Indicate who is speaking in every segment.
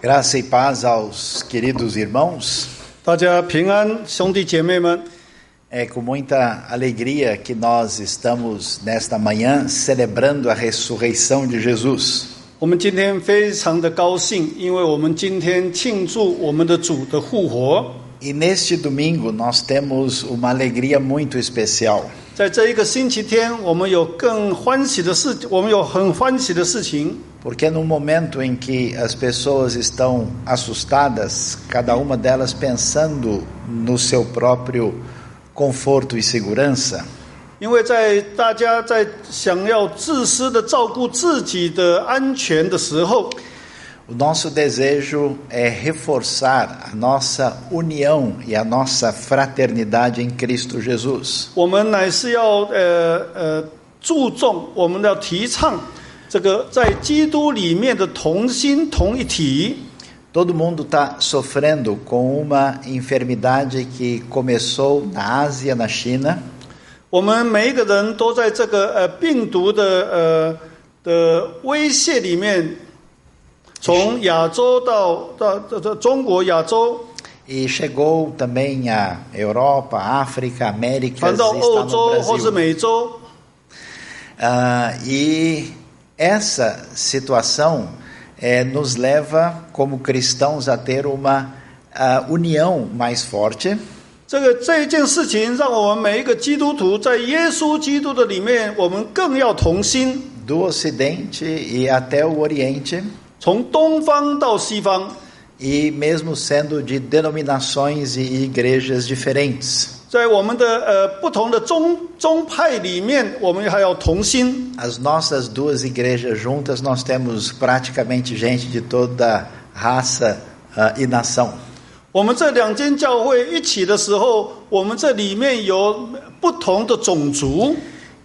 Speaker 1: Graça e paz aos queridos irmãos.
Speaker 2: 大家平安，兄弟姐妹们，
Speaker 1: É com muita alegria que nós estamos nesta manhã celebrando a ressurreição de Jesus.
Speaker 2: 我们今天非常的高兴，因为我们今天庆祝我们的主的复活。
Speaker 1: E neste domingo nós temos uma alegria muito especial.
Speaker 2: 在这一个星期天，我们有更欢喜的事，我们有很欢喜的事情，
Speaker 1: Porque no momento em que as pessoas estão assustadas, cada uma delas pensando no seu próprio conforto e segurança,
Speaker 2: 因为在大家在想要自私的照顾自己的安全的时候，
Speaker 1: o nosso desejo é reforçar a nossa união e a nossa fraternidade em Cristo Jesus.
Speaker 2: 我们乃是要呃呃注重，我们要提倡这个在基督里面的同心同一体。
Speaker 1: Todo mundo está sofrendo com uma enfermidade que começou na Ásia, na China,
Speaker 2: 我们每一个人都在这个呃病毒的呃的威胁里面，从亚洲到到到到中国、亚洲，
Speaker 1: e chegou também à Europa, África, América,
Speaker 2: 传到
Speaker 1: está
Speaker 2: 欧
Speaker 1: no
Speaker 2: 洲或是
Speaker 1: Brasil.
Speaker 2: 美洲。
Speaker 1: Ah, e essa situação eh, nos leva, como cristãos, a ter uma ah, união mais forte,
Speaker 2: 这个这一件事情，让我们每一个基督徒在耶稣基督的里面，我们更要同心，
Speaker 1: do Ocidente e até o Oriente,
Speaker 2: 从东方到西方，
Speaker 1: e mesmo sendo de denominações e igrejas diferentes.
Speaker 2: 在我们的呃不同的宗宗派里面，我们还要同心。
Speaker 1: As nossas duas igrejas juntas, nós temos praticamente gente de toda raça ah, e nação.
Speaker 2: 我们这两间教会一起的时候，我们这里面有不同的种族，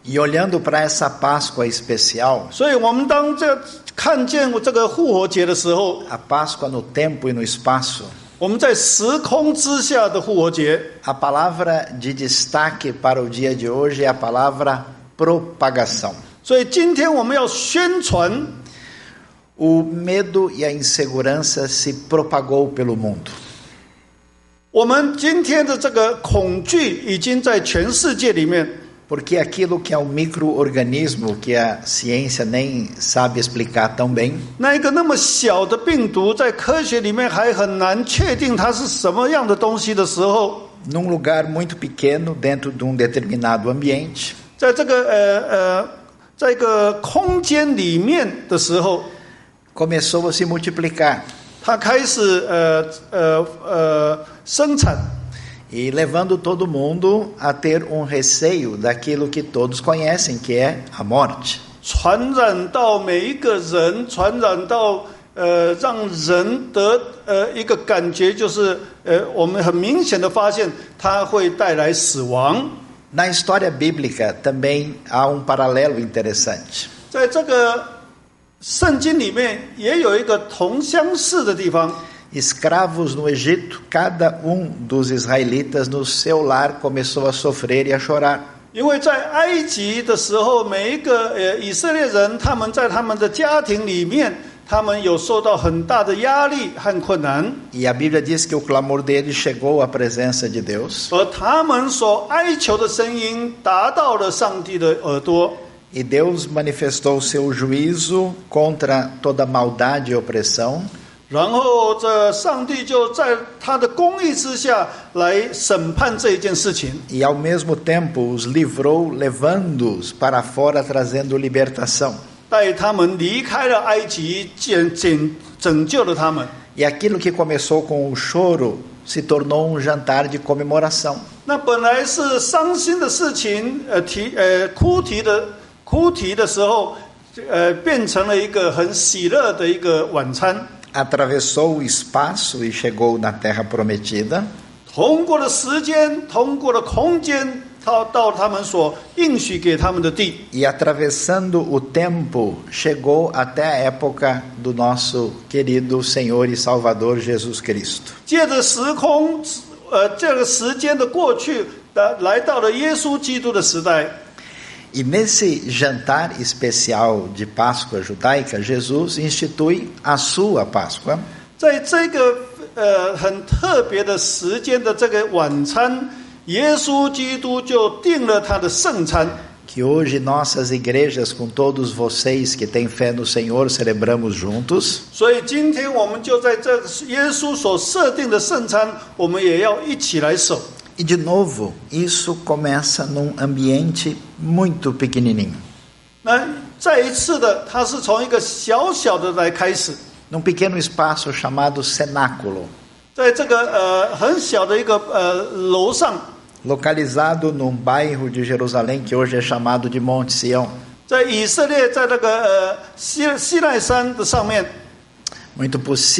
Speaker 1: E olhando para essa Páscoa especial,
Speaker 2: 所以我们当这看见这个复活节的时候，
Speaker 1: a Páscoa no tempo e no espaço,
Speaker 2: 我们在时空之下的复活节，
Speaker 1: a palavra de destaque para o dia de hoje é a palavra propagação.
Speaker 2: 所以今天我们要宣传，
Speaker 1: O medo e a insegurança se propagou pelo mundo.
Speaker 2: 我们今天的这个恐惧已经在全世界里面，
Speaker 1: Porque aquilo que é um microorganismo que a ciência nem sabe explicar tão bem,
Speaker 2: 那一个那么小的病毒，在科学里面还很难确定它是什么样的东西的时候，
Speaker 1: num lugar muito pequeno, dentro de um determinado ambiente,
Speaker 2: 在这个呃呃，在一个空间里面的时候，
Speaker 1: começou a se multiplicar
Speaker 2: 它开始呃呃呃生产，
Speaker 1: e levando todo mundo a ter um receio daquilo que todos conhecem, que é a morte.
Speaker 2: 传染到每一个人，传染到呃让人得呃一个感觉就是呃我们很明显的发现它会带来死亡。
Speaker 1: Na história bíblica também há um paralelo interessante.
Speaker 2: 在这个圣经里面也有一个同相似的地方，
Speaker 1: Escravos no Egito, cada um dos israelitas no seu lar começou a sofrer e a chorar.
Speaker 2: 因为在埃及的时候，每一个呃以色列人，他们在他们的家庭里面，他们有受到很大的压力和困难，
Speaker 1: E a Bíblia diz que o clamor dele chegou à presença de Deus.
Speaker 2: 而他们所哀求的声音达到了上帝的耳朵，
Speaker 1: E Deus manifestou o seu juízo contra toda maldade e opressão.
Speaker 2: 然后这上帝就在他的公义之下来审判这一件事情，
Speaker 1: E ao mesmo tempo os livrou, levando-os para fora, trazendo libertação.
Speaker 2: 带他们离开了埃及，拯拯拯救了他们。
Speaker 1: E aquilo que começou com o choro se tornou um jantar de comemoração.
Speaker 2: 那本来是伤心的事情，呃提呃哭啼的哭啼的时候，呃变成了一个很喜乐的一个晚餐。
Speaker 1: Atravessou o espaço e chegou na terra prometida.
Speaker 2: 通过了时间，通过了空间，到到他们所应许给他们的地，
Speaker 1: E atravessando o tempo, chegou até a época do nosso querido Senhor e Salvador Jesus Cristo.
Speaker 2: 借着时空，呃这个时间的过去，来来到了耶稣基督的时代。
Speaker 1: E nesse jantar especial de Páscoa judaica, Jesus institui a sua Páscoa
Speaker 2: 在这个呃很特别的时间的这个晚餐，耶稣基督就定了他的圣餐。
Speaker 1: que hoje nossas igrejas, com todos vocês que têm fé no Senhor, celebramos juntos.
Speaker 2: 所以今天我们就在这耶稣所设定的圣餐，我们也要一起来守。
Speaker 1: E de novo, isso começa num ambiente muito pequenininho,
Speaker 2: 那再一次的，它是从一个小小的来开始，
Speaker 1: num pequeno espaço chamado cenáculo,
Speaker 2: 在这个呃很小的一个呃楼上，
Speaker 1: localizado num bairro de Jerusalém que hoje é chamado de Monte Sião.
Speaker 2: 在以色列在那个呃西西奈山的上面，
Speaker 1: Muito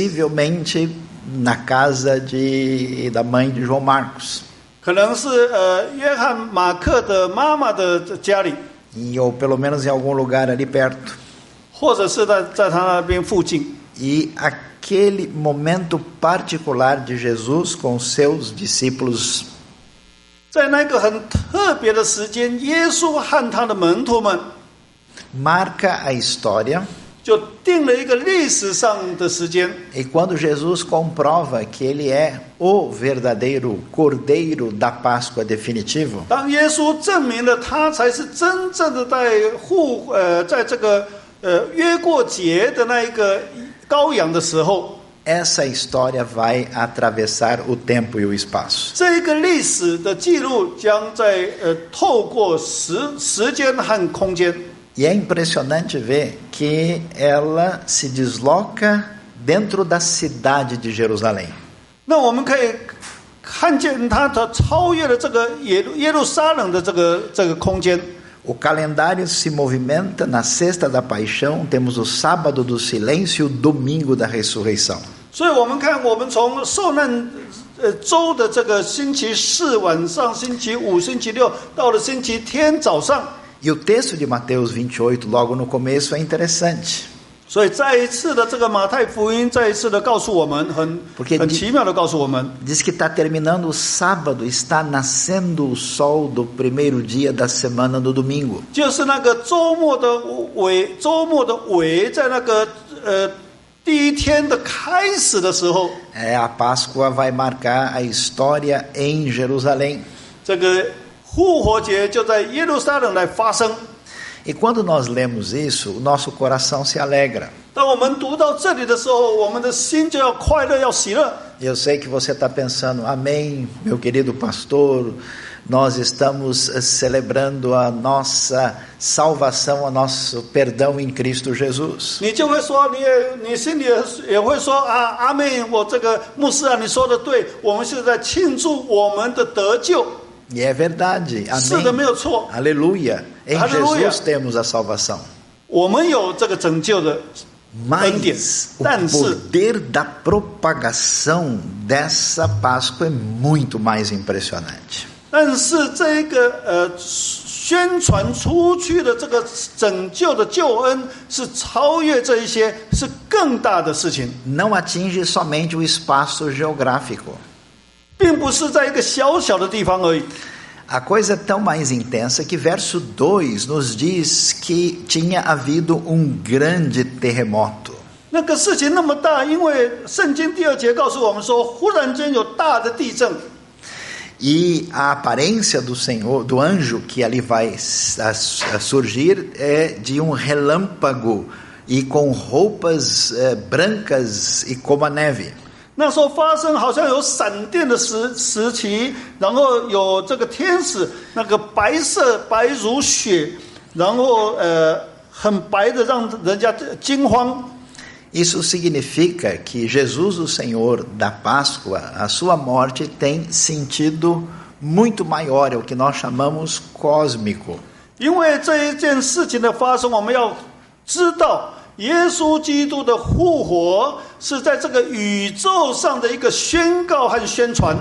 Speaker 1: possivelmente na casa de, da mãe de João Marcos,
Speaker 2: 可能是呃约翰马克的妈妈的家里，
Speaker 1: e, ou pelo menos em algum lugar ali perto.
Speaker 2: 或者是在在他那边附近。
Speaker 1: E aquele momento particular de Jesus com os seus discípulos,
Speaker 2: 在那个很特别的时间，耶稣和他的门徒们
Speaker 1: marca a história.
Speaker 2: 就定了一个历史上的时间。
Speaker 1: E quando Jesus comprova que ele é o verdadeiro Cordeiro da Páscoa definitivo,
Speaker 2: 当耶稣证明了他才是真正的在护呃，在这个呃约过节的那一个羔羊的时候，
Speaker 1: essa história vai atravessar o tempo e o espaço.
Speaker 2: 这一个历史的记录将在呃透过时时间和空间，
Speaker 1: E é impressionante ver que ela se desloca dentro da cidade de Jerusalém.
Speaker 2: 那我们可以看见它的超越了这个耶路耶路撒冷的这个这个空间。
Speaker 1: O calendário se movimenta na sexta da paixão, temos o sábado do silêncio e o domingo da ressurreição.
Speaker 2: 所以，我们看，我们从受难呃周的这个星期四晚上、星期五、星期六，到了星期天早上，
Speaker 1: E o texto de Mateus 28, logo no começo, é interessante.
Speaker 2: 所以再一次的这个马太福音，再一次的告诉我们，很
Speaker 1: Porque
Speaker 2: 很
Speaker 1: di-
Speaker 2: 奇妙的告诉我们，
Speaker 1: Diz que está terminando o sábado, está nascendo o sol do primeiro dia da semana no domingo.
Speaker 2: 就是那个周末的尾，周末的尾，在那个呃第一天的开始的时候，
Speaker 1: É, a Páscoa vai marcar a história em Jerusalém.
Speaker 2: 这个复活节就在耶路撒冷来发生。
Speaker 1: E quando nós lemos isso, o nosso coração se alegra.
Speaker 2: 当我们读到这里的时候，我们的心就要快乐，要喜乐。
Speaker 1: Eu sei que você está pensando, amém, meu querido pastor, nós estamos eh, celebrando a nossa salvação, o nosso perdão em Cristo Jesus.
Speaker 2: 你就会说，你也你心里也也会说啊，阿妹，我这个牧师啊，你说的对，我们是在庆祝我们的得救，
Speaker 1: E é verdade,
Speaker 2: 是的，没
Speaker 1: amém.
Speaker 2: 有错，
Speaker 1: Aleluia. Em
Speaker 2: Aleluia.
Speaker 1: Jesus temos a salvação.
Speaker 2: 我们有这个拯救的恩典
Speaker 1: Mas，
Speaker 2: 但
Speaker 1: o
Speaker 2: 是
Speaker 1: poder da propagação dessa Páscoa é muito mais impressionante.
Speaker 2: 但是这个呃宣传出去的这个拯救的救恩是超越这一些，是更大的事情，
Speaker 1: Não atinge somente o espaço geográfico.
Speaker 2: 并不是在一个小小的地方而已。
Speaker 1: A coisa é tão mais intensa que verso 2 nos diz que tinha havido um grande terremoto.
Speaker 2: 那个事情那么大，因为圣经第二节告诉我们说，忽然间有大的地震，
Speaker 1: E a aparência do Senhor, do anjo que ali vai s- a- a surgir é de um relâmpago e com roupas eh, brancas e como a neve.
Speaker 2: 那时候发生好像有闪电的时时期，然后有这个天使那个白色白如雪，然后呃很白的让人家惊慌。
Speaker 1: Isso significa que Jesus, o Senhor da Páscoa, a sua morte tem sentido muito maior, é o que nós chamamos cósmico.
Speaker 2: 因为这一件事情的发生，我们要知道，耶稣基督的复活是在这个宇宙上的一个宣告和宣传。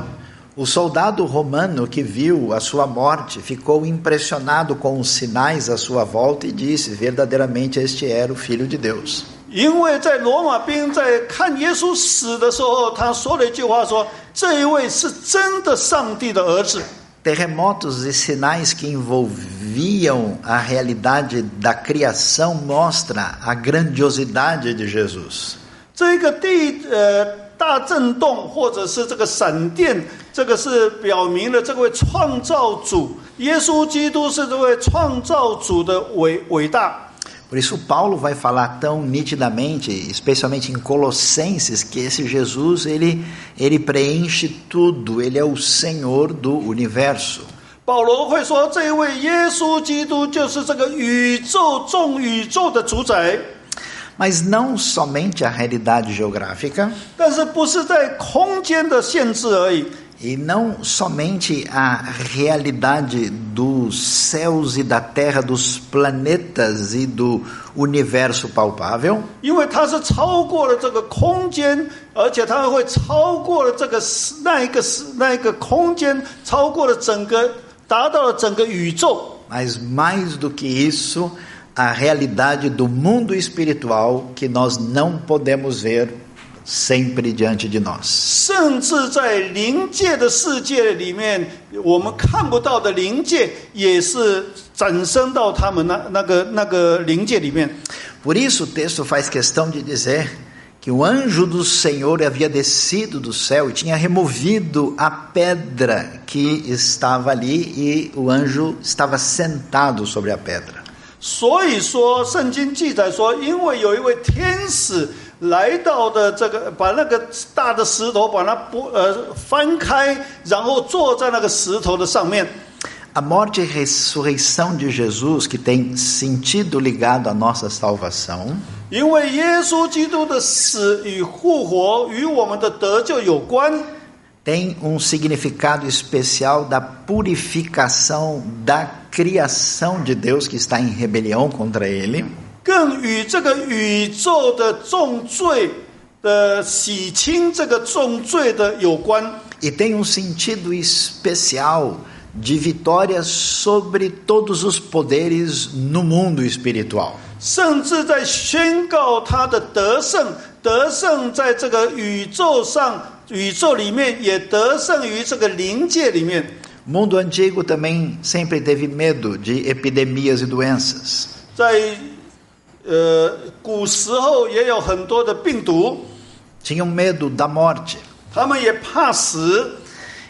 Speaker 1: O soldado romano que viu a sua morte ficou impressionado com os sinais à sua volta e disse: Verdadeiramente este era o Filho de Deus.
Speaker 2: 因为在罗马兵在看耶稣死的时候，他说了一句话说：“这一位是真的上帝的儿子。
Speaker 1: Terremotos e sinais que envolviam a realidade da criação mostra a grandiosidade de Jesus. ”
Speaker 2: 这个地呃大震动或者是这个闪电，这个是表明了这位创造主耶稣基督是这位创造主的伟伟大。
Speaker 1: Por isso, Paulo vai falar tão nitidamente, especialmente em Colossenses, que esse Jesus ele, ele preenche tudo, ele é o Senhor do universo.
Speaker 2: 保罗会说，这一位耶稣基督就是这个宇宙众宇宙的主宰，
Speaker 1: Mas não somente a realidade geográfica
Speaker 2: 但是不是在空间的限制而已，
Speaker 1: e não somente a realidade dos céus e da terra, dos planetas e do universo palpável,
Speaker 2: 因为它是超过了这个空间，而且它会超过了这个时那一个时那一个空间，超过了整个，达到了整个宇宙。
Speaker 1: mas mais do que isso, a realidade do mundo espiritual que nós não podemos ver sempre diante de nós.
Speaker 2: 甚至在灵界的世界里面，我们看不到的灵界，也是展生到他们那那个那个灵界里面。
Speaker 1: Por isso o texto faz questão de dizer que o anjo do Senhor havia descido do céu e tinha removido a pedra que estava ali e o anjo estava sentado sobre a pedra.
Speaker 2: 所以说，圣经记载说，因为有一位天使来到的这个，把那个大的石头把它不呃翻开，然后坐在那个石头的上面。
Speaker 1: A morte e ressurreição de Jesus, que tem sentido ligado à nossa salvação,
Speaker 2: 因为耶稣基督的死与复活与我们的得救有关，
Speaker 1: tem um significado especial da purificação da criação de Deus que está em rebelião contra ele.
Speaker 2: 更与这个宇宙的重罪的洗清这个重罪的有关。
Speaker 1: e tem um sentido especial de vitória sobre todos os poderes no mundo espiritual.
Speaker 2: 甚至在宣告他的得胜，得胜在这个宇宙上，宇宙里面也得胜于这个灵界里面。
Speaker 1: O mundo antigo também sempre teve medo de epidemias e doenças.
Speaker 2: 在呃古时候也有很多的病毒，
Speaker 1: Tinham medo da morte
Speaker 2: 他们也怕死，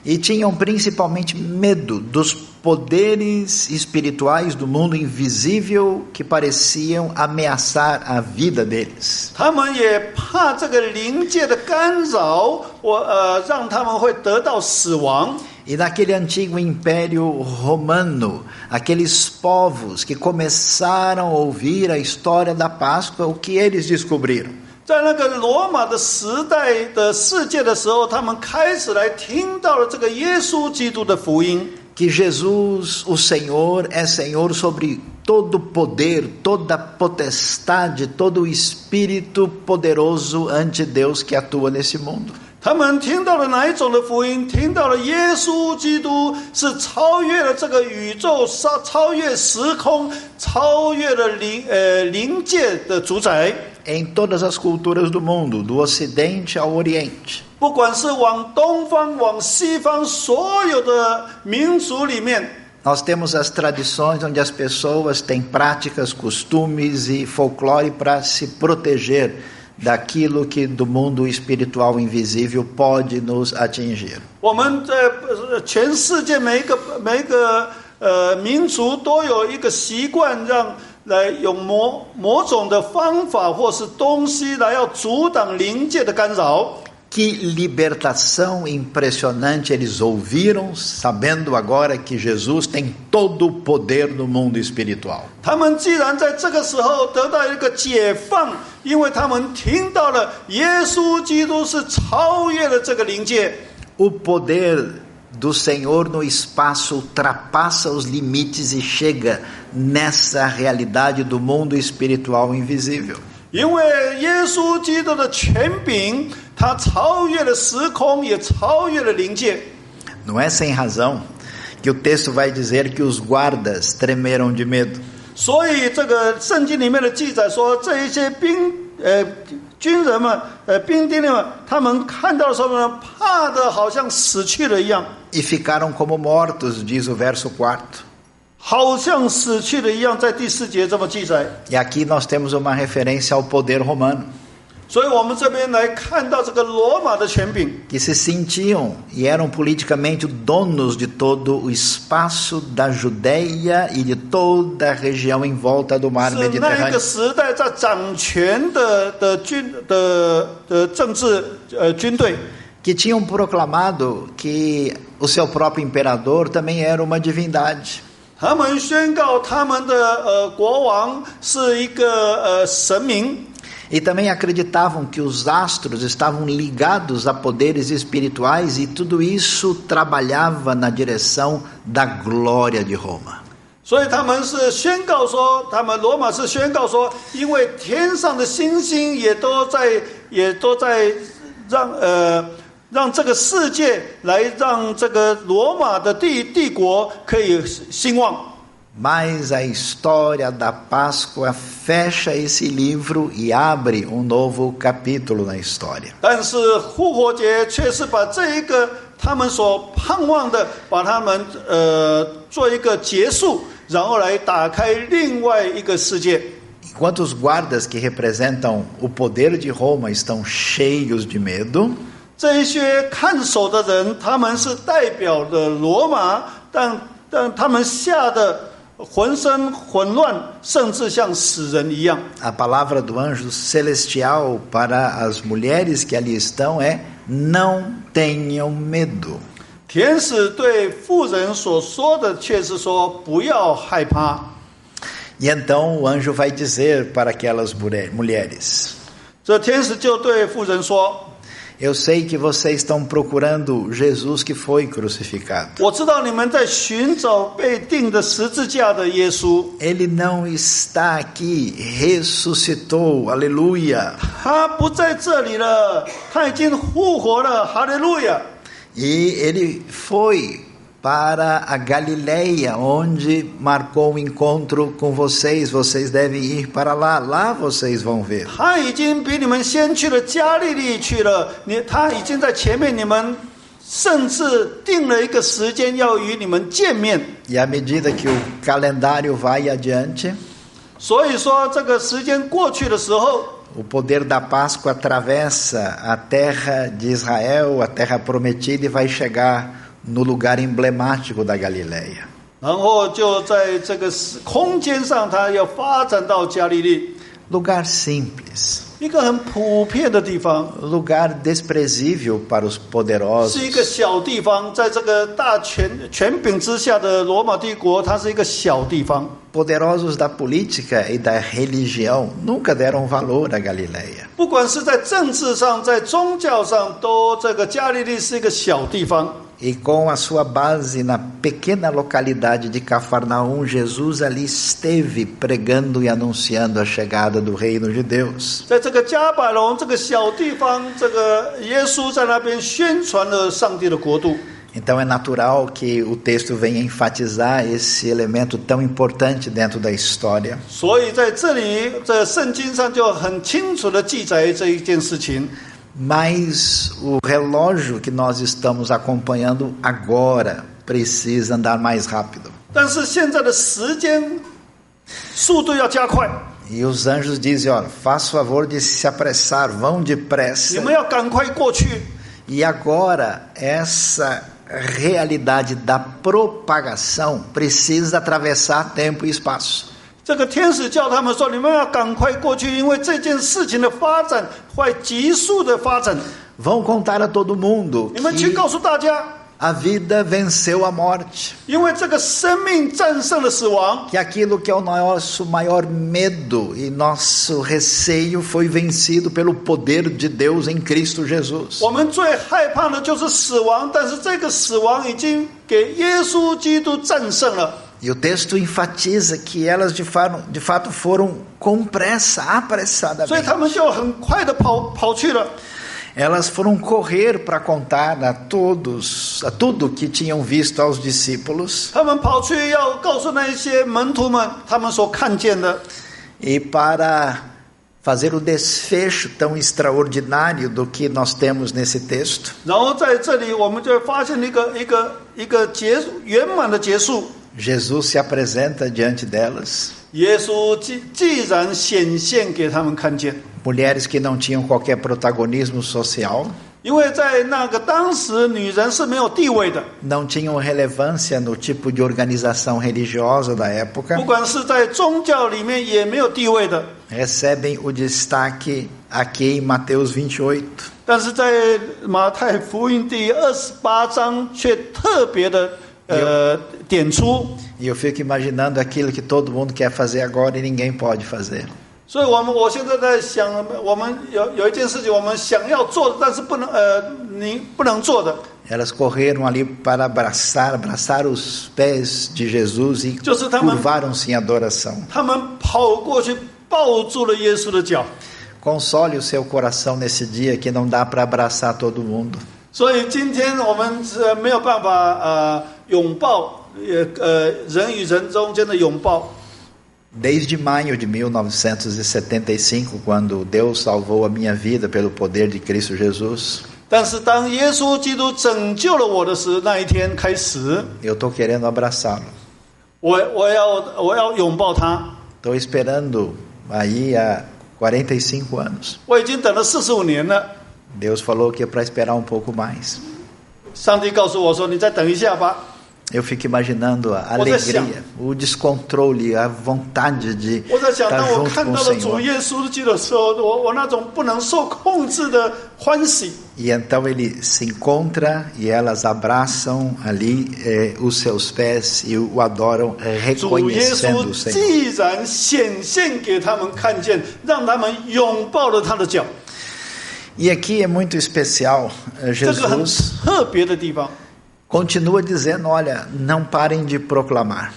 Speaker 1: e tinham principalmente medo dos poderes espirituais do mundo invisível que pareciam ameaçar a vida deles.
Speaker 2: 他们也怕这个灵界的干扰，我呃让他们会得到死亡。
Speaker 1: E naquele antigo império romano, aqueles povos que começaram a ouvir a história da Páscoa, o que eles descobriram?
Speaker 2: 在那个罗马的时代的世界的时候，他们开始来听到了这个耶稣基督的福音。
Speaker 1: Que Jesus, o Senhor, é Senhor sobre todo poder, toda potestade, todo o espírito poderoso ante Deus que atua nesse mundo.
Speaker 2: 他们听到了哪一种的福音？听到了耶稣基督是超越了这个宇宙，超超越时空，超越了灵呃灵界的主宰。
Speaker 1: Em todas as culturas do mundo, do Ocidente ao Oriente,
Speaker 2: 不管是往东方、往西方，所有的民族里面，
Speaker 1: Nós temos as tradições onde as pessoas têm práticas, costumes e folclore para se proteger daquilo que do mundo espiritual invisível pode nos atingir.
Speaker 2: 我们在呃全世界每一个每一个呃民族都有一个习惯，让来用某某种的方法或是东西来要阻挡灵界的干扰。
Speaker 1: Que libertação impressionante eles ouviram, sabendo agora que Jesus tem todo o poder no mundo espiritual.
Speaker 2: 他们既然在这个时候得到一个解放，因为他们听到了耶稣基督是超越了这个灵界，
Speaker 1: O poder do Senhor no espaço ultrapassa os limites e chega nessa realidade do mundo espiritual invisível.
Speaker 2: 因为耶稣基督的权柄，他超越了时空，也超越了灵界。
Speaker 1: Não é sem razão que o texto vai dizer que os guardas tremeram de medo.
Speaker 2: 所以这个圣经里面的记载说，这一些兵呃军人们呃兵丁们，他们看到什么呢？怕的好像死去了一样，
Speaker 1: E ficaram como mortos, diz o verso 4.
Speaker 2: 好像死去了一样，在第四节这么记载。
Speaker 1: E aqui nós temos uma referência ao poder romano.
Speaker 2: 所以我们这边来看到这个罗马的权柄，
Speaker 1: que se sentiam e eram politicamente donos de todo o espaço da Judéia e de toda a região em volta do mar
Speaker 2: 是那一个
Speaker 1: Mediterrâneo.
Speaker 2: 时代在掌权的的军的的政治呃军队，
Speaker 1: Que tinham proclamado que o seu próprio imperador também era uma divindade.
Speaker 2: 他们宣告他们的呃国王是一个呃神明，
Speaker 1: E também acreditavam que os astros estavam ligados a poderes espirituais e tudo isso trabalhava na direção da glória de Roma.
Speaker 2: 所以他们是宣告说，他们罗马是宣告说，因为天上的星星也都在也都在让呃让这个世界来让这个罗马的帝帝国可以兴旺。
Speaker 1: Mas a história da Páscoa fecha esse livro e abre um novo capítulo na história.
Speaker 2: 但是复活节却是把这一个他们所盼望的，把他们呃做一个结束，然后来打开另外一个世界。
Speaker 1: Enquanto os guardas que representam o poder de Roma estão cheios de medo,
Speaker 2: 这一些看守的人，他们是代表的罗马，但但他们吓得浑身混乱，甚至像死人一样。
Speaker 1: a palavra do anjo celestial para as mulheres que ali estão é: não tenham medo.
Speaker 2: 天使对妇人所说的却是说：“不要害怕。
Speaker 1: E então o anjo vai dizer para aquelas mulher- mulheres: ”
Speaker 2: 这天使就对妇人说：“
Speaker 1: Eu sei que vocês estão procurando Jesus que foi crucificado.
Speaker 2: 我知道你们在寻找被钉的十字架的耶稣，
Speaker 1: Ele não está aqui, ressuscitou, aleluia.
Speaker 2: 他不在这里了，他已经复活了，哈利路亚！
Speaker 1: E ele foi para a Galileia, onde marcou um encontro com vocês. Vocês devem ir para lá, lá vocês vão ver.
Speaker 2: 他已经比你们先去了加利利去了，你他已经在前面你们，甚至定了一个时间要与你们见面。
Speaker 1: E à medida que o calendário vai adiante,
Speaker 2: 所以说，这个时间过去的时候，
Speaker 1: o poder da Páscoa atravessa a terra de Israel, a terra prometida, e vai chegar no lugar emblemático da Galileia.
Speaker 2: 然后就在这个时空间上，他要发展到加利利，
Speaker 1: Lugar simples.
Speaker 2: 一个很普遍的地方。
Speaker 1: lugar desprezível para os
Speaker 2: 是一
Speaker 1: poderosos,
Speaker 2: 个小地方，在这个大权权柄之下的罗马帝国，它是一个小地方。
Speaker 1: poderosos da política e da religião, nunca deram valor à Galileia.
Speaker 2: 不管是在政治上，在宗教上，都这个加利利是一个小地方。
Speaker 1: E com a sua base na pequena localidade de Cafarnaum, Jesus ali esteve pregando e anunciando a chegada do reino de Deus.
Speaker 2: 在这个加百隆这个小地方，这个耶稣在那边宣传了上帝的国度，
Speaker 1: Então é natural que o texto venha enfatizar esse elemento tão importante dentro da história.
Speaker 2: 所以在这里，在圣经上就很清楚的记载这一件事情。
Speaker 1: Mas o relógio que nós estamos acompanhando agora precisa andar mais rápido.
Speaker 2: 但是现在的时间速度要加快，
Speaker 1: E os anjos dizem: olha, faça o favor de se apressar, vão
Speaker 2: 你
Speaker 1: depressa.
Speaker 2: 们要赶快过去。
Speaker 1: E agora, essa realidade da propagação precisa atravessar tempo e espaço.
Speaker 2: 这个天使叫他们说：“你们要赶快过去，因为这件事情的发展会急速的发展。
Speaker 1: Vão contar a todo mundo
Speaker 2: 你们去
Speaker 1: que
Speaker 2: 告诉大家，
Speaker 1: a vida venceu a morte.
Speaker 2: 因为这个生命战胜了死亡，
Speaker 1: Que aquilo que é o nosso maior medo e nosso receio foi vencido pelo poder de Deus em Cristo Jesus.
Speaker 2: 我们最害怕的就是死亡，但是这个死亡已经给耶稣基督战胜了。
Speaker 1: E o texto enfatiza que elas de fato, de fato foram com pressa,
Speaker 2: 所以
Speaker 1: apressadamente.
Speaker 2: 他们就很快的跑跑去了，
Speaker 1: Elas foram correr para contar a todos, a tudo que tinham visto aos discípulos
Speaker 2: 他们跑去要告诉那一些门徒们他们所看见的。”
Speaker 1: e para fazer o desfecho tão extraordinário do que nós temos nesse texto.
Speaker 2: 然后在这里，我们就会发现一个一个一个结束圆满的结束。
Speaker 1: Jesus se apresenta diante delas.
Speaker 2: 耶稣既既然显现给他们看见，
Speaker 1: mulheres que não tinham qualquer protagonismo social,
Speaker 2: 因为在那个当时，女人是没有地位的，
Speaker 1: não tinham relevância no tipo de organização religiosa da época,
Speaker 2: 不管是在宗教里面也没有地位的。
Speaker 1: recebem o destaque aqui em Mateus 28.
Speaker 2: 但是在马太福音第二十八章却特别的呃点出，
Speaker 1: E eu fico imaginando aquilo que todo mundo quer fazer agora e ninguém pode fazer.
Speaker 2: 所以我们我现在在想，我们有有一件事情我们想要做的，但是不能呃你不能做的，
Speaker 1: Elas correram ali para abraçar, abraçar os pés de Jesus e
Speaker 2: José, tá, mano.
Speaker 1: curvaram-se em adoração.
Speaker 2: 他们跑过去抱住了耶稣的脚。
Speaker 1: Console o seu coração nesse dia que não dá para abraçar todo mundo.
Speaker 2: 所以今天我们呃没有办法呃拥抱，也呃人与人中间的拥抱。
Speaker 1: Desde maio de 1975, quando Deus salvou a minha vida pelo poder de Cristo Jesus,
Speaker 2: 但是当耶稣基督拯救了我的时，那一天开始，
Speaker 1: eu estou querendo abraçá-lo.
Speaker 2: 我我要我要拥抱他。
Speaker 1: Estou esperando aí há 45 anos.
Speaker 2: 我已经等了四十五年了，
Speaker 1: Deus falou que é para esperar um pouco mais.
Speaker 2: 上帝告诉我说：“你再等一下吧。
Speaker 1: Eu fico imaginando a
Speaker 2: Você
Speaker 1: alegria, o descontrole, a vontade de ”
Speaker 2: 我在想，
Speaker 1: estar
Speaker 2: 当我
Speaker 1: junto
Speaker 2: 看
Speaker 1: com o
Speaker 2: 到了主
Speaker 1: Senhor.
Speaker 2: 耶稣基督的时候，我我那种不能受控制的欢喜。
Speaker 1: E então ele se encontra e elas abraçam ali eh, os seus pés e o adoram é,
Speaker 2: 主耶
Speaker 1: reconhecendo
Speaker 2: 稣
Speaker 1: o Senhor.
Speaker 2: 既然显现给他们看见，让他们拥抱了他的脚，
Speaker 1: E aqui é muito especial, eh,
Speaker 2: 这个很
Speaker 1: Jesus
Speaker 2: 特别的地方。
Speaker 1: continua dizendo, olha, não parem de proclamar.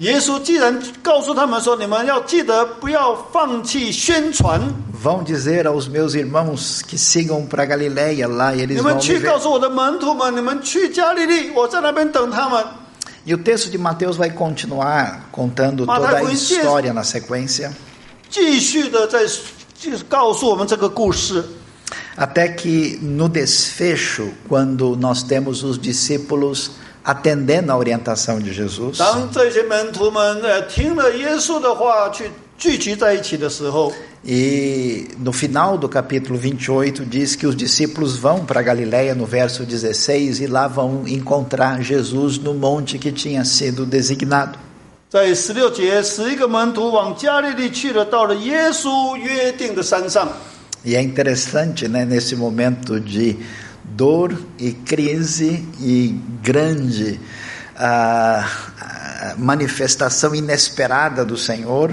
Speaker 2: 耶稣既然告诉他们说：“你们要记得不要放弃宣传，
Speaker 1: Vão dizer aos meus irmãos que sigam para Galiléia lá e eles
Speaker 2: 你
Speaker 1: vão
Speaker 2: 们
Speaker 1: me
Speaker 2: 去
Speaker 1: ver.
Speaker 2: 告诉我的门徒们，你们去加利利，我在那边等他们。”
Speaker 1: E o texto de Mateus vai continuar contando
Speaker 2: Mas
Speaker 1: toda a
Speaker 2: vai conhecer-
Speaker 1: história na sequência,
Speaker 2: 继续的在就是告诉我们这个故事，
Speaker 1: até que no desfecho, quando nós temos os discípulos atendendo à orientação de Jesus,
Speaker 2: 当这些门徒们呃听了耶稣的话去聚集在一起的时候，
Speaker 1: e no final do capítulo 28 diz que os discípulos vão para Galiléia no verso 16 e lá vão encontrar Jesus no monte que tinha sido designado.
Speaker 2: 在十六节，十一个门徒往加利利去了，到了耶稣约定的山上。
Speaker 1: E é interessante, né, nesse momento de dor e crise e grande ah, ah, manifestação inesperada do Senhor,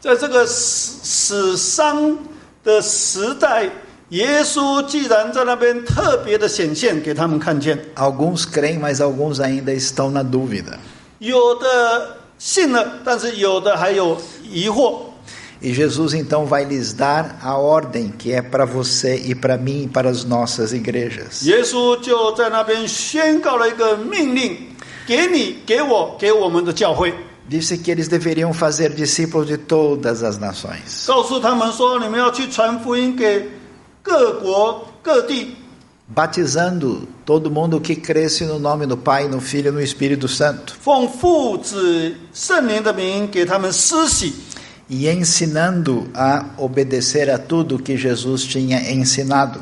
Speaker 2: 在这个死死伤的时代，耶稣既然在那边特别的显现给他们看见，
Speaker 1: alguns creem, mas alguns ainda estão na dúvida.
Speaker 2: 有的信了，但是有的还有疑惑。
Speaker 1: E Jesus então vai lhes dar a ordem que é para você e para mim e para as nossas igrejas.
Speaker 2: 耶稣就在那边宣告了一个命令，给你、给我、给我们的教会，
Speaker 1: Disse que eles deveriam fazer discípulos de todas as nações,
Speaker 2: 告诉他们说，你们要去传福音给各国各地，
Speaker 1: batizando todo mundo que cresce no nome do Pai, no Filho e no Espírito Santo.
Speaker 2: 奉父子圣灵的名给他们施洗，
Speaker 1: e ensinando a obedecer a tudo que Jesus tinha ensinado.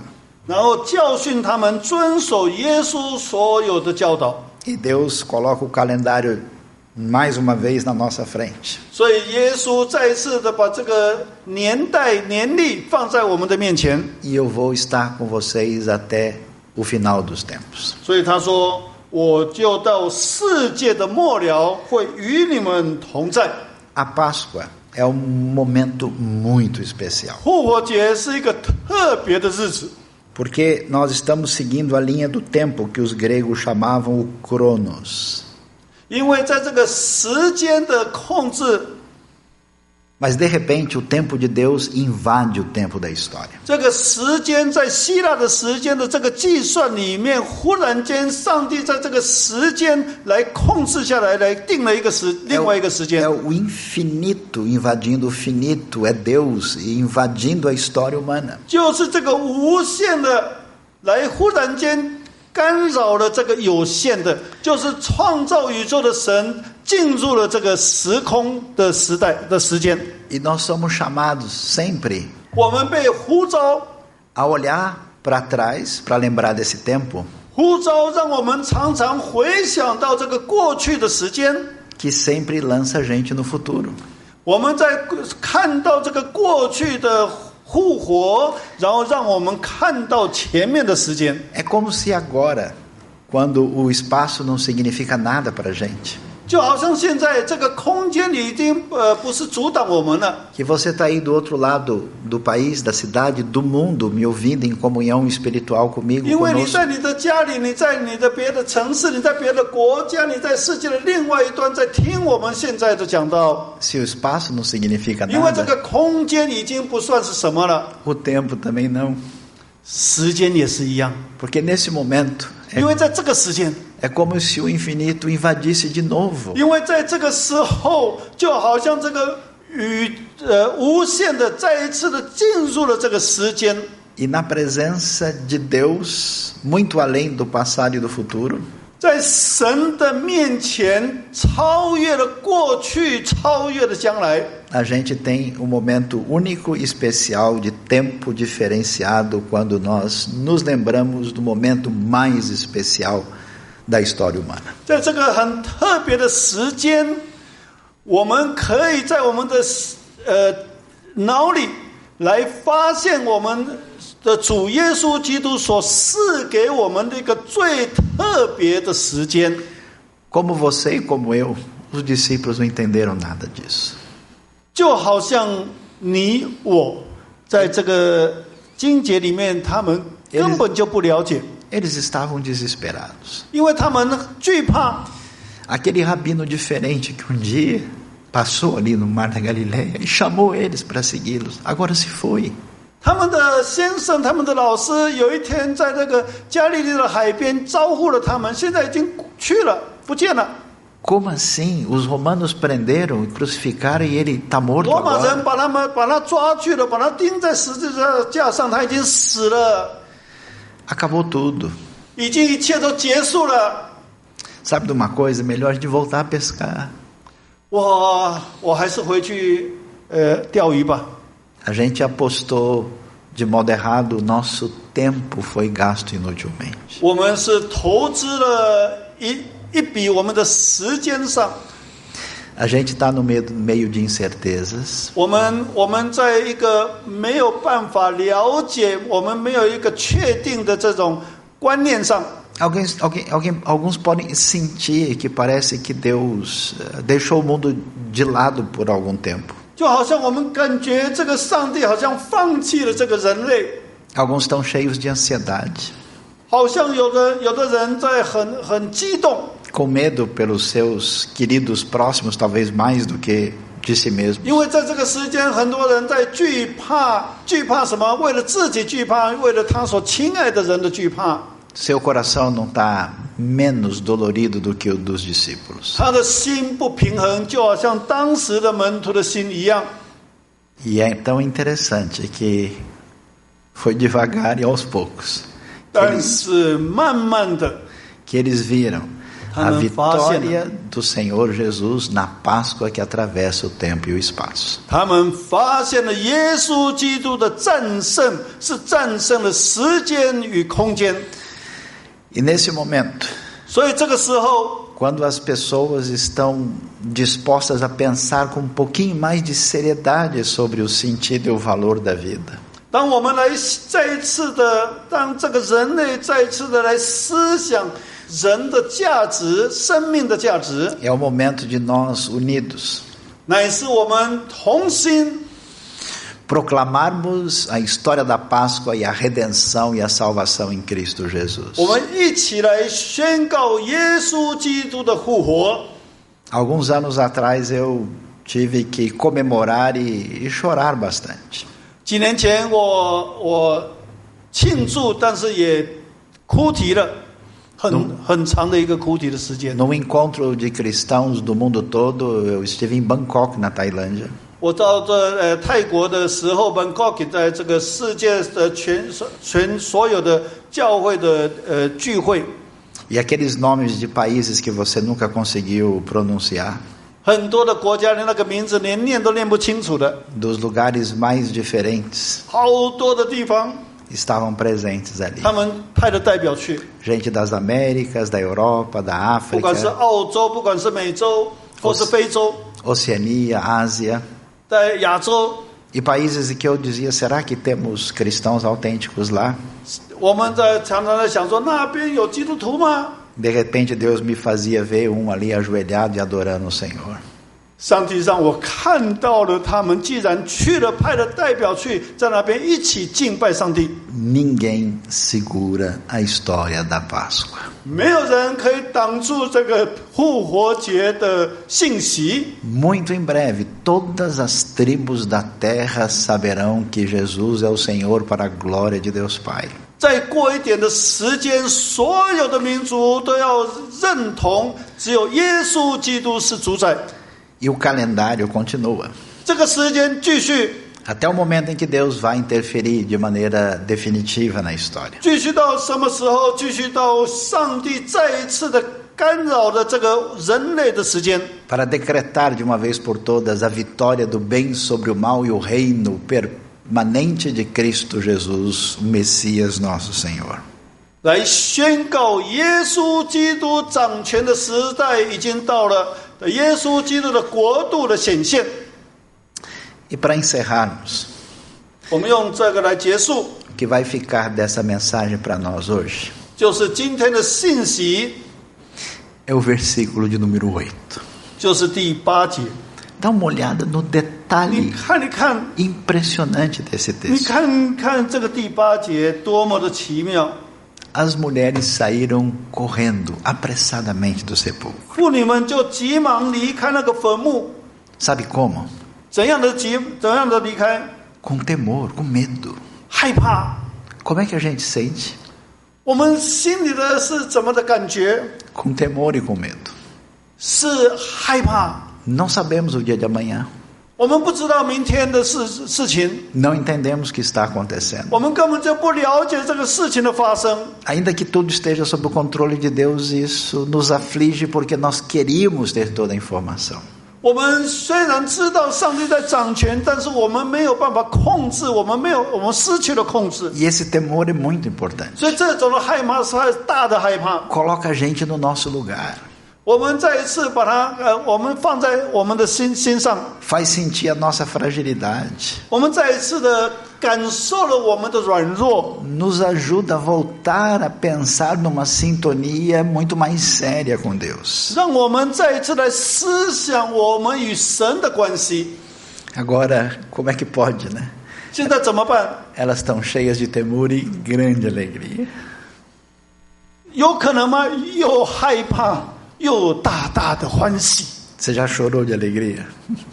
Speaker 2: 然后教训他们遵守耶稣所有的教导。
Speaker 1: E Deus coloca o calendário mais uma vez na nossa frente.
Speaker 2: 所以耶稣再次的把这个年代年历放在我们的面前，
Speaker 1: E eu vou estar com vocês até o final dos tempos.
Speaker 2: 所以他说：“我就到世界的末了，会与你们同在。
Speaker 1: A Páscoa é um momento muito especial, ”
Speaker 2: 复活节是一个特别的日子，
Speaker 1: porque nós estamos seguindo a linha do tempo que os gregos chamavam o Cronos.
Speaker 2: 因为在这个时间的控制，
Speaker 1: Mas de repente o tempo de Deus invade o tempo da história.
Speaker 2: 这个时间在希腊的时间的这个计算里面，忽然间，上帝在这个时间来控制下来，来定了一个时另外一个时间
Speaker 1: É。o infinito invadindo o finito, é Deus invadindo a história humana.
Speaker 2: 就是这个无限的来忽然间干扰了这个有限的，就是创造宇宙的神进入了这个时空的时代的时间。
Speaker 1: E nós somos chamados sempre
Speaker 2: 我们被呼召，
Speaker 1: Ao olhar para trás, para lembrar desse tempo,
Speaker 2: 呼召让我们常常回想到这个过去的时间。
Speaker 1: que sempre lança a gente no futuro.
Speaker 2: 我们在看到这个过去的复活，然后让我们看到前面的时间，
Speaker 1: É como se agora, quando o espaço não significa nada para a gente,
Speaker 2: 就好像现在这个空间里已经呃不是阻挡我们了。
Speaker 1: que você está aí do outro lado do país, da cidade, do mundo, me ouvindo em comunhão espiritual comigo,
Speaker 2: 因为你
Speaker 1: conosco,
Speaker 2: 在你的家里，你在你的别的城市，你在别的国家，你在世界的另外一端，在听我们现在的讲道。
Speaker 1: se o espaço não significa
Speaker 2: 因为这
Speaker 1: nada,
Speaker 2: 个空间已经不算是什么了，
Speaker 1: o tempo também não.
Speaker 2: 时间也是一样。
Speaker 1: Porque nesse momento,
Speaker 2: 因为在这个时间，
Speaker 1: é, é como se o infinito invadisse de novo.
Speaker 2: 因为在这个时候，就好像这个宇呃无限的再一次的进入了这个时间，
Speaker 1: E na presença de Deus, muito além do passado e do futuro,
Speaker 2: 在神的面前超越了过去，超越了将来。
Speaker 1: a gente tem um momento único e especial de tempo diferenciado quando nós nos lembramos do momento mais especial da história humana.
Speaker 2: 在这个很特别的时间，我们可以在我们的呃脑里来发现我们的主耶稣基督所赐给我们的一个最特别的时间。
Speaker 1: Como você e como eu, os discípulos não entenderam nada disso.
Speaker 2: 就好像你我在这个经节里面，他们根本就不了解，
Speaker 1: Eles estavam desesperados.
Speaker 2: 因为他们惧怕
Speaker 1: Aquele rabino diferente que um dia passou ali no Mar da Galileia e chamou eles para segui-los, agora se foi.
Speaker 2: 他们的先生、他们的老师，有一天在那个加利利的海边招呼了他们，现在已经去了，不见了。
Speaker 1: Como assim? Os romanos prenderam e crucificaram e ele está morto
Speaker 2: 罗马人
Speaker 1: agora?
Speaker 2: 把他们把他抓去了，把他钉在十字架上，他已经死了，
Speaker 1: Acabou tudo.
Speaker 2: 已经一切都结束了。
Speaker 1: Sabe de uma coisa? Melhor a gente voltar a pescar.
Speaker 2: 我我还是回去呃钓鱼吧。
Speaker 1: A gente apostou de modo errado, o nosso tempo foi gasto inutilmente.
Speaker 2: 我们是投资了一一笔我们的时间上，
Speaker 1: A gente está no meio, meio de incertezas,
Speaker 2: 我们我们在一个没有办法了解，我们没有一个确定的这种观念上，
Speaker 1: Alguém, alguém, alguém, alguns podem sentir que parece que Deus eh, deixou o mundo de lado por algum tempo.
Speaker 2: 就好像我们感觉这个上帝好像放弃了这个人类，
Speaker 1: Alguns estão cheios de ansiedade,
Speaker 2: 好像有的有的人在很很激动，
Speaker 1: com medo pelos seus queridos próximos, talvez mais do que de si mesmo.
Speaker 2: 因为在这个时间，很多人在惧怕惧怕什么？为了自己惧怕，为了他所亲爱的人的惧怕。
Speaker 1: Seu coração não está menos dolorido do que o dos discípulos.
Speaker 2: 他的心不平衡，就好像当时的门徒的心一样。
Speaker 1: E é tão interessante que foi devagar e aos poucos
Speaker 2: 但是慢慢的，
Speaker 1: que eles viram a
Speaker 2: Ah, não, fácil, não.
Speaker 1: vitória do Senhor Jesus na Páscoa que atravessa o tempo e o espaço.
Speaker 2: 他们发现了耶稣基督的战胜是战胜了时间与空间。
Speaker 1: E nesse momento,
Speaker 2: 所以这个时候，
Speaker 1: quando as pessoas estão dispostas a pensar com um pouquinho mais de seriedade sobre o sentido e o valor da vida,
Speaker 2: 当我们来再一次的让这个人类再一次的来思想人的价值、生命的价值，
Speaker 1: é o momento de nós unidos
Speaker 2: 乃是我们同心
Speaker 1: proclamarmos a história da Páscoa e a redenção e a salvação em Cristo Jesus.
Speaker 2: 我们一起来宣告耶稣基督的复活。
Speaker 1: Alguns anos atrás eu tive que comemorar e, e chorar bastante.
Speaker 2: 几年前我我庆祝，但是也哭啼了，很很长的一个哭啼的时间。
Speaker 1: Num encontro de cristãos do mundo todo, eu estive em Bangkok, na Tailândia.
Speaker 2: 我到这呃泰国的时候，Bangkok 在这个世界的全全所有的教会的呃聚会，
Speaker 1: E aqueles nomes de países que você nunca conseguiu pronunciar.
Speaker 2: 很多的国家连那个名字连念都念不清楚的，
Speaker 1: dos lugares mais diferentes,
Speaker 2: 好多的地方，
Speaker 1: estavam presentes ali.
Speaker 2: 他们派的代表去，
Speaker 1: Gente das Américas, da Europa, da
Speaker 2: 不管是
Speaker 1: África,
Speaker 2: 澳洲，不管是美洲，或是非洲，
Speaker 1: Oceania, Ásia.
Speaker 2: 在亚洲，
Speaker 1: E países em que eu dizia, será que temos cristãos autênticos lá?
Speaker 2: 我们在常常在想说，那边有基督徒吗？
Speaker 1: De repente Deus me fazia ver um ali ajoelhado e adorando o Senhor.
Speaker 2: 上帝让我看到了他们，既然去了，派了代表去，在那边一起敬拜上帝。
Speaker 1: Ninguém segura a história da Páscoa.
Speaker 2: 没有人可以挡住这个复活节的信息。
Speaker 1: Muito em breve, todas as tribos da terra saberão que Jesus é o Senhor para a glória de Deus Pai.
Speaker 2: 再过一点的时间，所有的民族都要认同，只有耶稣基督是主宰。
Speaker 1: E o calendário continua.
Speaker 2: 这个时间继续，
Speaker 1: Até o momento em que Deus vai interferir de maneira definitiva na história.
Speaker 2: 继续到什么时候？继续到上帝再一次的干扰的这个人类的时间。
Speaker 1: Para decretar de uma vez por todas a vitória do bem sobre o mal e o reino permanente de Cristo Jesus, o Messias nosso Senhor.
Speaker 2: 来宣告耶稣基督掌权的时代已经到了，耶稣基督的国度的显现。
Speaker 1: E para encerrarmos,
Speaker 2: 我们用这个来结束，
Speaker 1: o que vai ficar dessa mensagem para nós hoje
Speaker 2: 就是今天的信息，
Speaker 1: é o versículo de número 8.
Speaker 2: 就是第八节。
Speaker 1: Dá uma olhada no
Speaker 2: 你
Speaker 1: detalhe
Speaker 2: 看，你看，
Speaker 1: impressionante desse
Speaker 2: 你
Speaker 1: texto.
Speaker 2: 看看这个第八节多么的奇妙！
Speaker 1: As mulheres saíram correndo apressadamente do sepulcro.
Speaker 2: 妇女们就急忙离开那个坟墓，
Speaker 1: Sabe como?
Speaker 2: 怎样的急，怎样的离开？
Speaker 1: Com temor, com medo.
Speaker 2: 害怕。
Speaker 1: Como é que a gente sente?
Speaker 2: 我们心里的是怎么的感觉？
Speaker 1: Com temor e com medo.
Speaker 2: 是害怕。
Speaker 1: Não sabemos o dia de amanhã.
Speaker 2: 我们不知道明天的事事情，
Speaker 1: Não entendemos o que está acontecendo.
Speaker 2: 我们根本就不了解这个事情的发生。
Speaker 1: Ainda que tudo esteja sob o controle de Deus, isso nos aflige porque nós queríamos ter toda a informação.
Speaker 2: 我们虽然知道上帝在掌权，但是我们没有办法控制，我们没有，我们失去了控制。
Speaker 1: E esse temor é muito importante.
Speaker 2: 所以这种的害怕是很大的害怕。
Speaker 1: Coloca a gente no nosso lugar.
Speaker 2: 我们再一次把它，呃，我们放在我们的心心上，
Speaker 1: Faz sentir a nossa fragilidade.
Speaker 2: 我们再一次的感受了我们的软弱，
Speaker 1: Nos ajuda a voltar a pensar numa sintonia muito mais séria com Deus.
Speaker 2: 让我们再一次来思想我们与神的关系。
Speaker 1: Agora, como é que pode, né?
Speaker 2: 现在怎么办？
Speaker 1: Elas estão cheias de temor e grande alegria.
Speaker 2: 有可能吗？又害怕，又有大大的欢喜。
Speaker 1: Você já chorou de alegria?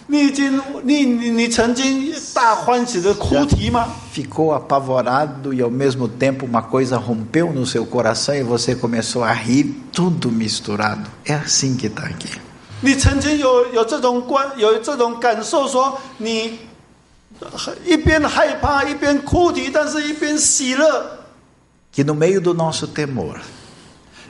Speaker 2: 你已经，你你你曾经大欢喜的哭啼吗？
Speaker 1: Ficou apavorado e ao mesmo tempo uma coisa rompeu no seu coração e você começou a rir, tudo misturado. É assim que está aqui.
Speaker 2: 你曾经有有这种关，有这种感受说，你一边害怕一边哭啼，但是一边喜乐，
Speaker 1: Que no meio do nosso temor,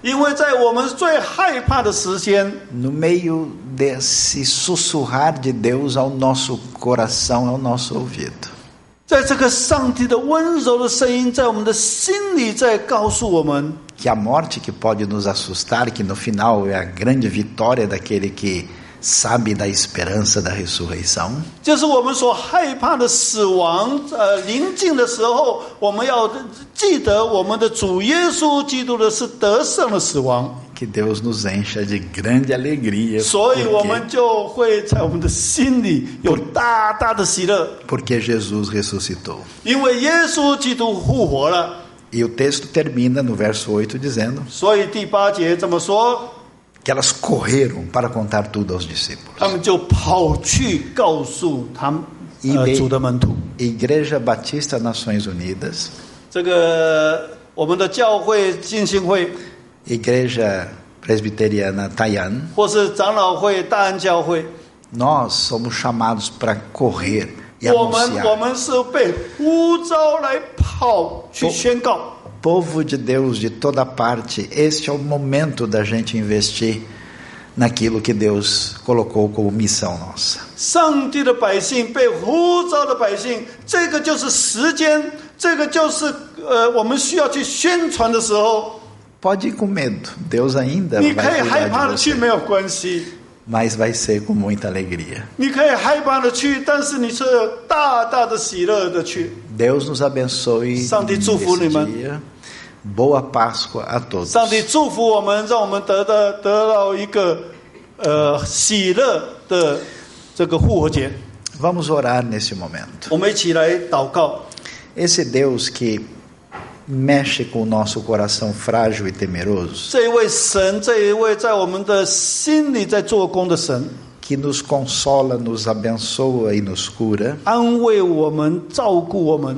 Speaker 2: 因为在我们最害怕的时间，
Speaker 1: no meio desse sussurrar de Deus ao nosso coração, ao nosso ouvido,
Speaker 2: 在这个上帝的温柔的声音在我们的心里在告诉我们，
Speaker 1: que a morte que pode nos assustar, que no final é a grande vitória daquele que sabe da esperança da ressurreição,
Speaker 2: 就是我们所害怕的死亡，呃，临近的时候，我们要呃记得我们的主耶稣基督的是得胜了死亡，
Speaker 1: que Deus nos encha de grande alegria,
Speaker 2: 所以我们
Speaker 1: porque,
Speaker 2: 就会在我们的心里有大大的喜乐，
Speaker 1: porque Jesus ressuscitou.
Speaker 2: 因为耶稣基督复活了。
Speaker 1: E o texto termina no verso 8 dizendo
Speaker 2: 所以第八节这么说，
Speaker 1: que elas correram para contar tudo aos discípulos.
Speaker 2: 他们就跑去告诉他们呃
Speaker 1: Amen
Speaker 2: 主的门徒，
Speaker 1: Igreja Batista Nações Unidas,
Speaker 2: 这个我们的教会进信会，
Speaker 1: Igreja Presbiteriana Taian,
Speaker 2: 或是长老会、大安教会。
Speaker 1: nós somos chamados para correr e
Speaker 2: 我们我
Speaker 1: anunciar.
Speaker 2: 们是被呼召来跑去宣告，
Speaker 1: Povo de Deus de toda parte, este é o momento da gente investir naquilo que Deus colocou como missão nossa.
Speaker 2: 上帝的百姓被呼召的百姓，这个就是时间，这个就是呃，我们需要去宣传的时候，
Speaker 1: Pode ir com medo, Deus ainda
Speaker 2: 你
Speaker 1: vai
Speaker 2: 可以害怕
Speaker 1: cuidar
Speaker 2: 的
Speaker 1: de você,
Speaker 2: 去没有关系，
Speaker 1: mas vai ser com muita alegria.
Speaker 2: 你可以害怕的去，但是你是大大的喜乐的去。
Speaker 1: Deus nos abençoe
Speaker 2: Santi Tsufu,
Speaker 1: nesse
Speaker 2: irmã.
Speaker 1: dia. Boa Páscoa a todos.
Speaker 2: 上帝祝福我们，让我们得到得到一个呃喜乐的这个复活节。
Speaker 1: Vamos orar nesse momento.
Speaker 2: 我们一起来祷告，
Speaker 1: Esse Deus que mexe com o nosso coração frágil e temeroso,
Speaker 2: 这一位神，这一位在我们的心里在做工的神，
Speaker 1: que nos consola, nos abençoa e nos cura.
Speaker 2: 安慰我们，照顾我们。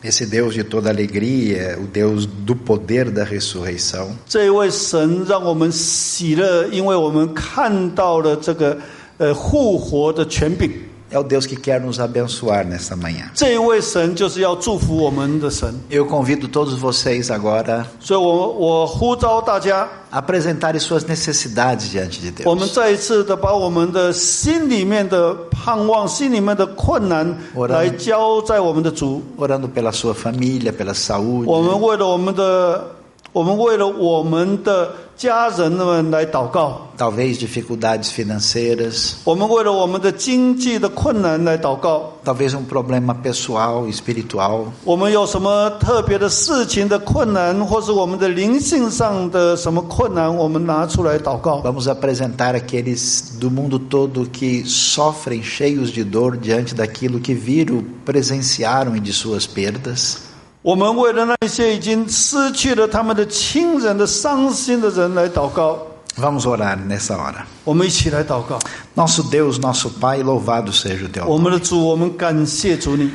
Speaker 1: Esse Deus de toda alegria, o Deus do poder da ressurreição.
Speaker 2: 这一位神让我们喜乐，因为我们看到了这个呃复活的权柄。
Speaker 1: É o Deus que quer nos abençoar nesta manhã.
Speaker 2: 这一位神就是要祝福我们的神，
Speaker 1: Eu convido todos vocês agora
Speaker 2: 所以我我呼召大家，
Speaker 1: a apresentarem suas necessidades diante de
Speaker 2: 我们
Speaker 1: Deus.
Speaker 2: 再一次的把我们的心里面的盼望、心里面的困难
Speaker 1: 我让
Speaker 2: 来交在我们的主。
Speaker 1: Orando pela sua família, pela saúde,
Speaker 2: 我们为了我们的，我们为了我们的家人们来祷告，
Speaker 1: talvez dificuldades financeiras,
Speaker 2: 我们为了我们的经济的困难来祷告。
Speaker 1: talvez um problema pessoal, espiritual.
Speaker 2: 我们有什么特别的事情的困难，或是我们的灵性上的什么困难，我们拿出来祷告。
Speaker 1: Vamos apresentar aqueles do mundo todo que sofrem cheios de dor diante daquilo que viram, presenciaram e de suas perdas.
Speaker 2: 我们为了那些已经失去了他们的亲人的伤心的人来祷告。
Speaker 1: Vamos orar nessa hora.
Speaker 2: 我们一起来祷告。
Speaker 1: Nosso Deus, nosso Pai, louvado seja o teu
Speaker 2: 我
Speaker 1: nome.
Speaker 2: 们的主，我们感谢主你。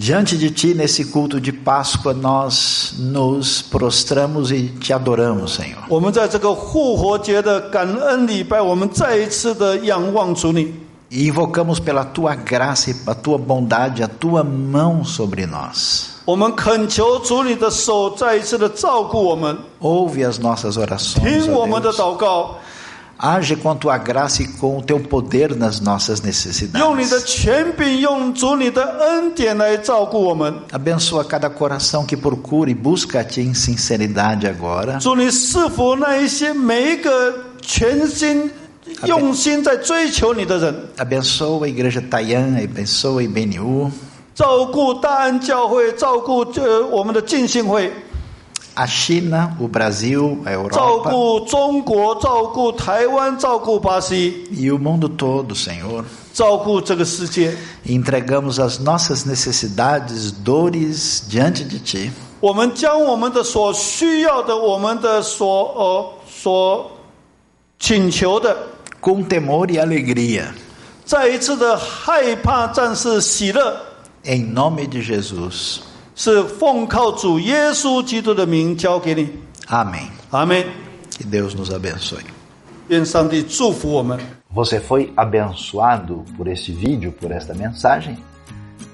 Speaker 1: Diante de ti, nesse culto de Páscoa, nós nos prostramos e te adoramos, Senhor.
Speaker 2: 我们在这个复活节的感恩礼拜，我们再一次的仰望主你。
Speaker 1: E invocamos pela tua graça e a tua bondade, a tua mão sobre nós.
Speaker 2: 我们恳求主你的手再一次的照顾我们，
Speaker 1: Ouve as nossas orações.
Speaker 2: 听
Speaker 1: ó
Speaker 2: 我们的
Speaker 1: Deus.
Speaker 2: 祷告，
Speaker 1: Age com a tua graça e com o teu poder nas nossas
Speaker 2: 用你的
Speaker 1: necessidades.
Speaker 2: 权柄，用主你的恩典来照顾我们。
Speaker 1: Abençoa cada coração que procura e busca a ti em sinceridade agora.
Speaker 2: 主你赐福那一些每一个全心用心在追求你的人，
Speaker 1: Abençoa a igreja Taian, abençoa a IBNU.
Speaker 2: 照顾大安教会，照顾呃我们的浸信会。
Speaker 1: a China, o Brasil, a
Speaker 2: 照
Speaker 1: Europa
Speaker 2: 顾中国，照顾台湾，照顾巴西，
Speaker 1: e o mundo todo, Senhor.
Speaker 2: 照顾这个世界。
Speaker 1: E Entregamos as nossas necessidades, dores diante de Ti.
Speaker 2: 我们将我们的所需要的，我们的所呃所请求的，
Speaker 1: Com temor e alegria,
Speaker 2: 再一次的害怕，战士喜乐，
Speaker 1: em nome de Jesus.
Speaker 2: 是奉靠主耶稣基督的名交给你。
Speaker 1: Amém.
Speaker 2: 阿门。
Speaker 1: Que Deus nos abençoe.
Speaker 2: 愿上帝祝福我们。
Speaker 1: Você foi abençoado por este vídeo, por esta mensagem?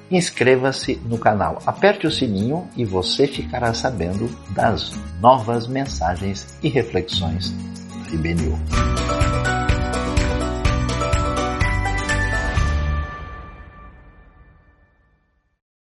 Speaker 1: Inscreva-se no canal, aperte o sininho e você ficará sabendo das novas mensagens e reflexões do IBNU.